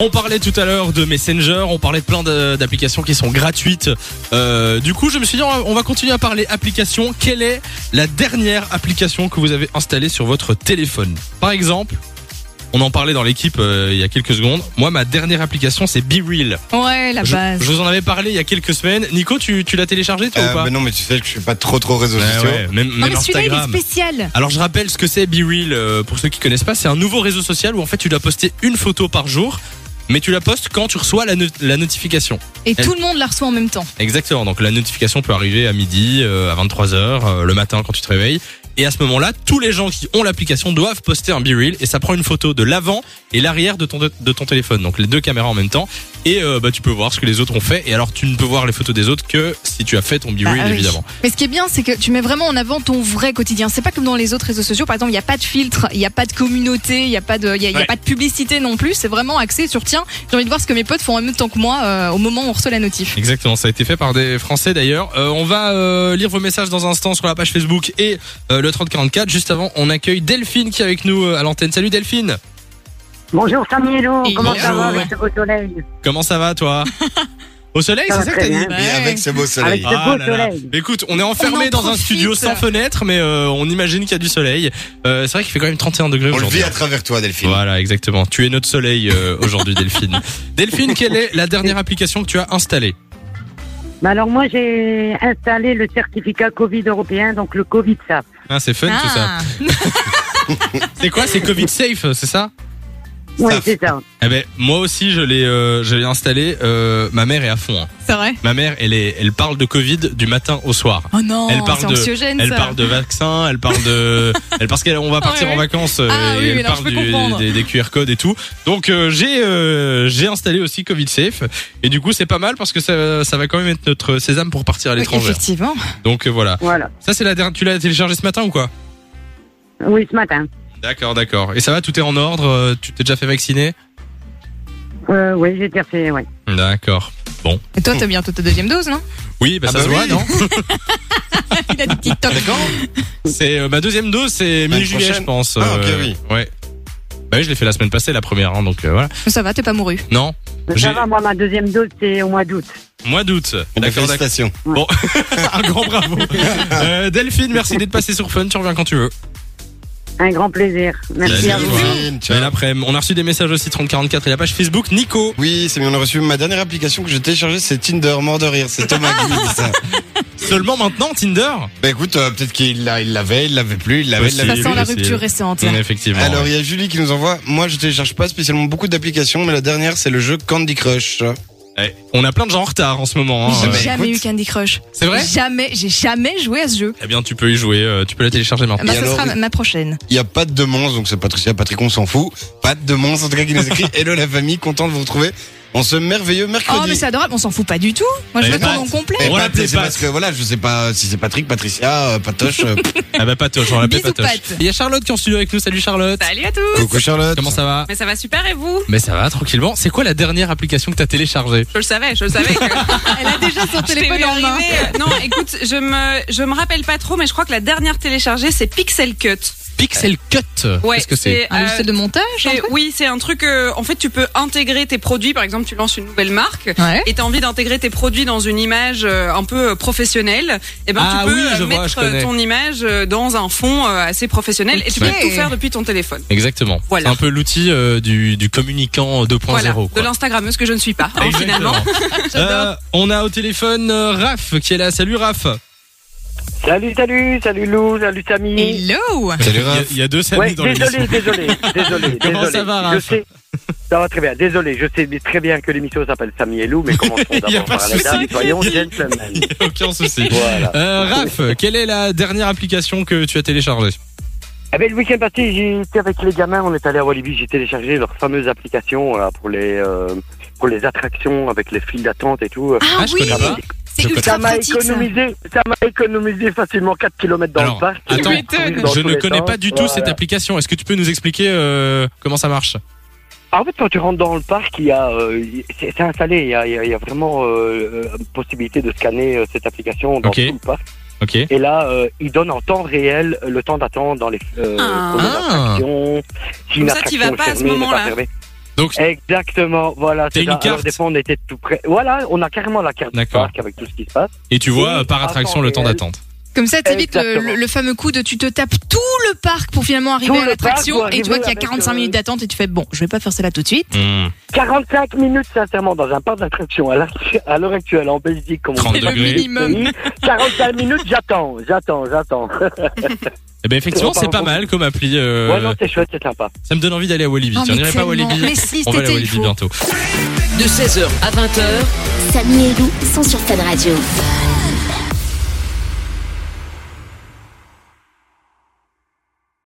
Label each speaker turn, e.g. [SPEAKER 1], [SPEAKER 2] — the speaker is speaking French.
[SPEAKER 1] On parlait tout à l'heure de Messenger, on parlait de plein de- d'applications qui sont gratuites. Euh, du coup, je me suis dit, on va- on va continuer à parler applications. Quelle est la dernière application que vous avez installée sur votre téléphone Par exemple, on en parlait dans l'équipe euh, il y a quelques secondes. Moi, ma dernière application, c'est BeReal.
[SPEAKER 2] Ouais, la
[SPEAKER 1] Je,
[SPEAKER 2] base.
[SPEAKER 1] je vous en avais parlé il y a quelques semaines. Nico, tu, tu l'as téléchargé toi
[SPEAKER 3] Euh,
[SPEAKER 1] ou pas
[SPEAKER 3] mais non, mais tu sais que je suis pas Bah trop trop réseaux
[SPEAKER 1] Ouais,
[SPEAKER 3] sociaux.
[SPEAKER 1] ouais, Même,
[SPEAKER 2] non,
[SPEAKER 1] même
[SPEAKER 2] mais celui-là, il est
[SPEAKER 1] Instagram.
[SPEAKER 2] spécial.
[SPEAKER 1] Alors je rappelle ce que c'est BeReal euh, pour ceux qui connaissent pas, c'est un nouveau réseau social où en fait tu dois poster une photo par jour, mais tu la postes quand tu reçois la, no- la notification.
[SPEAKER 2] Et
[SPEAKER 1] Elle-
[SPEAKER 2] tout le monde la reçoit en même temps.
[SPEAKER 1] Exactement. Donc la notification peut arriver à midi, euh, à 23h, euh, le matin quand tu te réveilles. Et à ce moment-là, tous les gens qui ont l'application doivent poster un BeReal et ça prend une photo de l'avant et l'arrière de ton, de ton téléphone. Donc les deux caméras en même temps. Et euh, bah, tu peux voir ce que les autres ont fait. Et alors tu ne peux voir les photos des autres que si tu as fait ton BeReal
[SPEAKER 2] Bah, oui.
[SPEAKER 1] évidemment.
[SPEAKER 2] Mais ce qui est bien, c'est que tu mets vraiment en avant ton vrai quotidien. C'est pas comme dans les autres réseaux sociaux. Par exemple, il n'y a pas de filtre, il n'y a pas de communauté, il n'y a, pas de- il y a, il y a
[SPEAKER 1] Ouais.
[SPEAKER 2] pas de publicité non plus. C'est vraiment axé sur tiens, j'ai envie de voir ce que mes potes font en même temps que moi euh, au moment où on reçoit la notif.
[SPEAKER 1] Exactement, ça a été fait par des Français d'ailleurs. Euh, on va euh, lire vos messages dans un instant sur la page Facebook et euh, le 3044. Juste avant, on accueille Delphine qui est avec nous euh, à l'antenne. Salut Delphine
[SPEAKER 4] Bonjour Samiello,
[SPEAKER 2] Et
[SPEAKER 4] comment ça
[SPEAKER 1] bonjour.
[SPEAKER 4] va avec ce beau soleil
[SPEAKER 1] Comment ça va toi Au soleil, c'est
[SPEAKER 4] Ça va
[SPEAKER 1] ça que
[SPEAKER 4] très
[SPEAKER 1] t'as dit
[SPEAKER 4] bien.
[SPEAKER 3] Et
[SPEAKER 2] Ouais.
[SPEAKER 3] avec ce beau soleil.
[SPEAKER 4] Avec- beau soleil.
[SPEAKER 1] Mais Écoute, on est enfermé
[SPEAKER 2] en
[SPEAKER 1] dans un
[SPEAKER 2] profite.
[SPEAKER 1] studio sans fenêtre, mais euh, on imagine qu'il y a du soleil. Euh, c'est vrai qu'il fait quand même 31 degrés
[SPEAKER 3] On le
[SPEAKER 1] aujourd'hui.
[SPEAKER 3] vit à travers toi, Delphine.
[SPEAKER 1] Voilà, exactement. Tu es notre soleil euh, aujourd'hui, Delphine. Delphine, quelle est la dernière application que tu as installée
[SPEAKER 4] Bah alors moi j'ai installé le certificat Covid européen, donc le Covid SAP.
[SPEAKER 1] Ah, C'est fun tout ça.
[SPEAKER 2] Ah.
[SPEAKER 1] C'est quoi C'est Covid Safe, c'est ça
[SPEAKER 4] Oui
[SPEAKER 3] Sap.
[SPEAKER 4] c'est ça.
[SPEAKER 1] Eh ben moi aussi je l'ai euh, je l'ai installé. euh, ma mère est à fond. hein.
[SPEAKER 2] C'est vrai
[SPEAKER 1] Ma mère elle est elle parle de Covid du matin au soir.
[SPEAKER 2] Oh non,
[SPEAKER 1] Elle parle
[SPEAKER 2] c'est
[SPEAKER 1] de-
[SPEAKER 2] anxiogène
[SPEAKER 1] Elle
[SPEAKER 2] ça.
[SPEAKER 1] parle de vaccins, elle parle de, elle parce qu'on va partir
[SPEAKER 2] Ouais,
[SPEAKER 1] en
[SPEAKER 2] ouais.
[SPEAKER 1] vacances euh,
[SPEAKER 2] Ah
[SPEAKER 1] et
[SPEAKER 2] oui,
[SPEAKER 1] elle
[SPEAKER 2] alors,
[SPEAKER 1] parle
[SPEAKER 2] je peux comprendre.
[SPEAKER 1] des, des QR codes et tout. Donc euh, j'ai euh, j'ai installé aussi Covid Safe et du coup c'est pas mal parce que ça, ça va quand même être notre sésame pour partir à
[SPEAKER 2] Oui,
[SPEAKER 1] l'étranger.
[SPEAKER 2] effectivement.
[SPEAKER 1] Donc euh, voilà.
[SPEAKER 4] Voilà.
[SPEAKER 1] Ça c'est la dernière. Tu l'as téléchargé ce matin ou quoi
[SPEAKER 4] Oui ce matin.
[SPEAKER 1] D'accord, d'accord. Et ça va, tout est en ordre. euh, Tu t'es déjà fait vacciner
[SPEAKER 4] Euh, oui j'ai été refait, ouais.
[SPEAKER 1] D'accord.
[SPEAKER 2] Et toi, t'as bientôt ta deuxième dose, non
[SPEAKER 1] Oui, bah
[SPEAKER 3] Ah
[SPEAKER 1] ça
[SPEAKER 3] bah
[SPEAKER 1] se voit,
[SPEAKER 3] oui.
[SPEAKER 1] non
[SPEAKER 2] Il a des TikTok.
[SPEAKER 3] D'accord
[SPEAKER 1] C'est euh, ma deuxième dose, c'est
[SPEAKER 3] Semaine
[SPEAKER 1] mi-juillet, je
[SPEAKER 3] prochaine
[SPEAKER 1] pense. euh,
[SPEAKER 3] Ah, ok, oui.
[SPEAKER 1] Ouais. Bah oui, je l'ai fait la semaine passée, la première, hein, donc euh, voilà.
[SPEAKER 2] Ça va, t'es pas mouru.
[SPEAKER 1] Non, J'ai-
[SPEAKER 4] Ça va, moi ma deuxième dose c'est au mois d'août.
[SPEAKER 1] mois d'août.
[SPEAKER 3] Bah,
[SPEAKER 1] D'accord, d'accord.
[SPEAKER 3] Félicitations.
[SPEAKER 1] Un grand bravo. Euh, Delphine, merci d'être passée sur Fun. Tu reviens quand tu veux.
[SPEAKER 4] Un grand plaisir. Merci
[SPEAKER 1] Salut,
[SPEAKER 4] à vous.
[SPEAKER 1] toi.
[SPEAKER 3] Delphine, ciao.
[SPEAKER 1] Belle après-midi. On a reçu des messages aussi 3044 et la page Facebook Nico.
[SPEAKER 3] Oui, c'est bien, on a reçu ma dernière application que j'ai téléchargée, c'est Tinder, mort de rire. C'est Thomas qui me dit ça.
[SPEAKER 1] Seulement maintenant Tinder.
[SPEAKER 3] Bah écoute, euh, peut-être qu'il l'a- il l'avait, il l'avait plus, il l'avait, il
[SPEAKER 1] Possible.
[SPEAKER 3] l'avait
[SPEAKER 2] Ça
[SPEAKER 1] oui,
[SPEAKER 2] sent
[SPEAKER 1] oui,
[SPEAKER 2] la
[SPEAKER 1] c'est-
[SPEAKER 2] rupture récente.
[SPEAKER 1] Mm, effectivement.
[SPEAKER 3] Alors il y a Julie qui nous envoie, moi je télécharge pas spécialement beaucoup d'applications, mais la dernière c'est le jeu Candy Crush.
[SPEAKER 1] Ouais. Eh, On a plein de gens en retard en ce moment. hein.
[SPEAKER 3] Ah
[SPEAKER 2] J'ai
[SPEAKER 3] bah,
[SPEAKER 2] jamais eu
[SPEAKER 3] écoute.
[SPEAKER 2] Candy Crush.
[SPEAKER 1] C'est vrai
[SPEAKER 2] Jamais, j'ai jamais joué à ce jeu.
[SPEAKER 1] Eh bien, tu peux y jouer. euh, tu peux la télécharger maintenant.
[SPEAKER 2] Bah,
[SPEAKER 3] Et
[SPEAKER 2] ça
[SPEAKER 3] alors-
[SPEAKER 2] sera ma- ma prochaine.
[SPEAKER 3] Il y a pas de demande, donc c'est Patricia, Patrick, on s'en fout. Pas de demande, en tout cas qui nous écrit, hello la famille, content de vous retrouver. On se merveilleux mercredi.
[SPEAKER 2] Oh, mais c'est adorable, on s'en fout pas du tout. Moi, je
[SPEAKER 1] Mais
[SPEAKER 2] veux ton
[SPEAKER 1] Pat,
[SPEAKER 2] nom complet.
[SPEAKER 3] Eh,
[SPEAKER 1] On
[SPEAKER 3] Pat,
[SPEAKER 1] l'appelait
[SPEAKER 3] c'est
[SPEAKER 1] Pat.
[SPEAKER 3] parce que voilà, je sais pas si c'est Patrick, Patricia, euh, Patoche. euh, pff.
[SPEAKER 1] Ah bah Patoche, on l'appelle
[SPEAKER 2] Bisous,
[SPEAKER 1] Patoche.
[SPEAKER 2] Pat.
[SPEAKER 1] Il y a Charlotte qui est en studio avec nous. Salut Charlotte.
[SPEAKER 5] Salut à tous
[SPEAKER 3] Coucou Charlotte.
[SPEAKER 1] Comment ça va
[SPEAKER 5] Mais ça va super et vous
[SPEAKER 1] Mais ça va tranquillement. C'est quoi la dernière application que t'as téléchargée
[SPEAKER 5] Je le savais, je le savais. que-
[SPEAKER 2] Elle a déjà son
[SPEAKER 5] Je t'ai
[SPEAKER 2] téléphone
[SPEAKER 5] vu
[SPEAKER 2] en main.
[SPEAKER 5] arriver. Non, écoute, je me, je me rappelle pas trop, mais je crois que la dernière téléchargée, c'est Pixel Cut.
[SPEAKER 1] Pixel Cut.
[SPEAKER 5] Euh, Ouais,
[SPEAKER 1] Qu'est-ce que c'est
[SPEAKER 2] Un
[SPEAKER 5] euh,
[SPEAKER 2] logiciel Ah, de montage un
[SPEAKER 1] eh,
[SPEAKER 5] c'est-
[SPEAKER 2] peu
[SPEAKER 5] Oui, c'est un truc. euh, en fait, tu peux intégrer tes produits. Par exemple, tu lances une nouvelle marque.
[SPEAKER 2] Ouais.
[SPEAKER 5] Et t'as envie d'intégrer tes produits dans une image euh, un peu euh, professionnelle, et ben
[SPEAKER 1] Ah
[SPEAKER 5] tu peux
[SPEAKER 1] oui,
[SPEAKER 5] euh,
[SPEAKER 1] je vois,
[SPEAKER 5] mettre
[SPEAKER 1] je connais.
[SPEAKER 5] euh, ton image euh, dans un fond euh, assez professionnel et tu
[SPEAKER 2] Ok.
[SPEAKER 5] peux tout faire depuis ton téléphone.
[SPEAKER 1] Exactement.
[SPEAKER 5] Voilà.
[SPEAKER 1] C'est un peu l'outil euh, du, du communicant euh, 2.0.
[SPEAKER 5] Voilà, de
[SPEAKER 1] quoi.
[SPEAKER 5] l'instagrammeuse que je ne suis pas hein,
[SPEAKER 1] Exactement.
[SPEAKER 5] finalement.
[SPEAKER 1] Euh, on a au téléphone euh, Raph qui est là. Salut Raph.
[SPEAKER 6] Salut, salut, salut Lou, salut
[SPEAKER 1] eh,
[SPEAKER 6] Samy.
[SPEAKER 2] Hello
[SPEAKER 3] Salut
[SPEAKER 1] Il y a-
[SPEAKER 3] Raph.
[SPEAKER 1] Il y, a deux Samy
[SPEAKER 6] Ouais,
[SPEAKER 1] dans
[SPEAKER 6] désolé,
[SPEAKER 1] l'émission.
[SPEAKER 6] désolé, désolé.
[SPEAKER 1] Comment
[SPEAKER 6] désolé.
[SPEAKER 1] ça va,
[SPEAKER 6] Je
[SPEAKER 1] Raph
[SPEAKER 6] sais, ça va très bien. Désolé, je sais très bien que l'émission s'appelle Samy et Lou, mais commençons
[SPEAKER 1] Il y a
[SPEAKER 6] d'abord
[SPEAKER 1] pas de
[SPEAKER 6] par la dame.
[SPEAKER 1] souci.
[SPEAKER 6] Soyons gentlemen.
[SPEAKER 1] Aucun souci.
[SPEAKER 6] Voilà.
[SPEAKER 1] Euh, Raph, quelle est la dernière application que tu as téléchargée
[SPEAKER 6] Eh ben, le week-end passé, j'étais avec les gamins, on est allé à Walibi, j'ai téléchargé leur fameuse application là, pour les euh, pour les attractions avec les files d'attente et tout.
[SPEAKER 2] Ah
[SPEAKER 1] Ah, je
[SPEAKER 2] oui
[SPEAKER 1] connais pas. Je
[SPEAKER 2] C'est
[SPEAKER 1] connais.
[SPEAKER 2] ultra
[SPEAKER 6] Ça m'a
[SPEAKER 2] pratique ça.
[SPEAKER 6] économisé, ça m'a économisé facilement 4 km dans
[SPEAKER 1] Alors,
[SPEAKER 6] le parc.
[SPEAKER 1] attends,
[SPEAKER 6] Je vais courir dans
[SPEAKER 1] Je
[SPEAKER 6] tous
[SPEAKER 1] ne
[SPEAKER 6] les
[SPEAKER 1] connais
[SPEAKER 6] sens.
[SPEAKER 1] pas du tout
[SPEAKER 6] Voilà.
[SPEAKER 1] cette application. Est-ce que tu peux nous expliquer euh, comment ça marche
[SPEAKER 6] Ah, En fait, quand tu rentres dans le parc, il y a, euh, c'est c'est installé, il y a, il y a- il y a vraiment euh, euh, possibilité de scanner euh, cette application dans
[SPEAKER 1] Ok.
[SPEAKER 6] tout le parc.
[SPEAKER 1] Ok.
[SPEAKER 6] Et là, euh, il donne en temps réel le temps d'attente dans les euh,
[SPEAKER 5] Ah.
[SPEAKER 6] pour les
[SPEAKER 1] Ah.
[SPEAKER 6] attractions. Si
[SPEAKER 5] Donc ça, t'y vas pas à ce
[SPEAKER 6] fermée, elle n'est
[SPEAKER 5] moment-là.
[SPEAKER 6] fermée.
[SPEAKER 1] Donc,
[SPEAKER 6] Exactement, voilà.
[SPEAKER 1] T'as
[SPEAKER 6] c'est
[SPEAKER 1] une
[SPEAKER 6] ça. Alors,
[SPEAKER 1] carte
[SPEAKER 6] des fois, on était tout près. Voilà, on a carrément la carte du
[SPEAKER 1] D'accord.
[SPEAKER 6] parc avec tout ce qui se passe.
[SPEAKER 1] et tu vois,
[SPEAKER 6] oui,
[SPEAKER 1] euh, par
[SPEAKER 6] attends,
[SPEAKER 1] attraction, le temps
[SPEAKER 6] réel.
[SPEAKER 1] d'attente.
[SPEAKER 2] Comme ça, t'évites le,
[SPEAKER 6] Exactement.
[SPEAKER 2] le- le fameux coup de tu te tapes tout le parc pour finalement arriver
[SPEAKER 6] Tout
[SPEAKER 2] à
[SPEAKER 6] le
[SPEAKER 2] l'attraction
[SPEAKER 6] parc pour
[SPEAKER 2] et tu vois
[SPEAKER 6] arriver
[SPEAKER 2] qu'il y a
[SPEAKER 6] avec,
[SPEAKER 2] 45
[SPEAKER 6] euh,
[SPEAKER 2] minutes d'attente et tu fais bon, je vais pas faire cela tout de suite.
[SPEAKER 1] Mmh.
[SPEAKER 6] 45 minutes, sincèrement, dans un parc d'attraction à l'heure- à l'heure actuelle en Belgique, comme on
[SPEAKER 1] 30
[SPEAKER 2] C'est le
[SPEAKER 1] degrés.
[SPEAKER 2] minimum.
[SPEAKER 6] 45 minutes, j'attends, j'attends, j'attends.
[SPEAKER 1] Eh ben effectivement,
[SPEAKER 6] On parle
[SPEAKER 1] c'est pas
[SPEAKER 6] beaucoup.
[SPEAKER 1] mal comme appli. euh,
[SPEAKER 6] Ouais, non, c'est chouette, c'est sympa.
[SPEAKER 1] ça me donne envie d'aller à Walibi.
[SPEAKER 2] Oh,
[SPEAKER 1] Tiens, on
[SPEAKER 2] mais
[SPEAKER 1] irait pas à
[SPEAKER 2] tellement.
[SPEAKER 1] Walibi.
[SPEAKER 2] Mais si,
[SPEAKER 1] On va aller
[SPEAKER 2] cet
[SPEAKER 1] à
[SPEAKER 2] été, il
[SPEAKER 1] Walibi
[SPEAKER 2] faut.
[SPEAKER 1] bientôt.
[SPEAKER 7] De 16h à 20h,
[SPEAKER 8] Samy et Lou sont sur Fun Radio.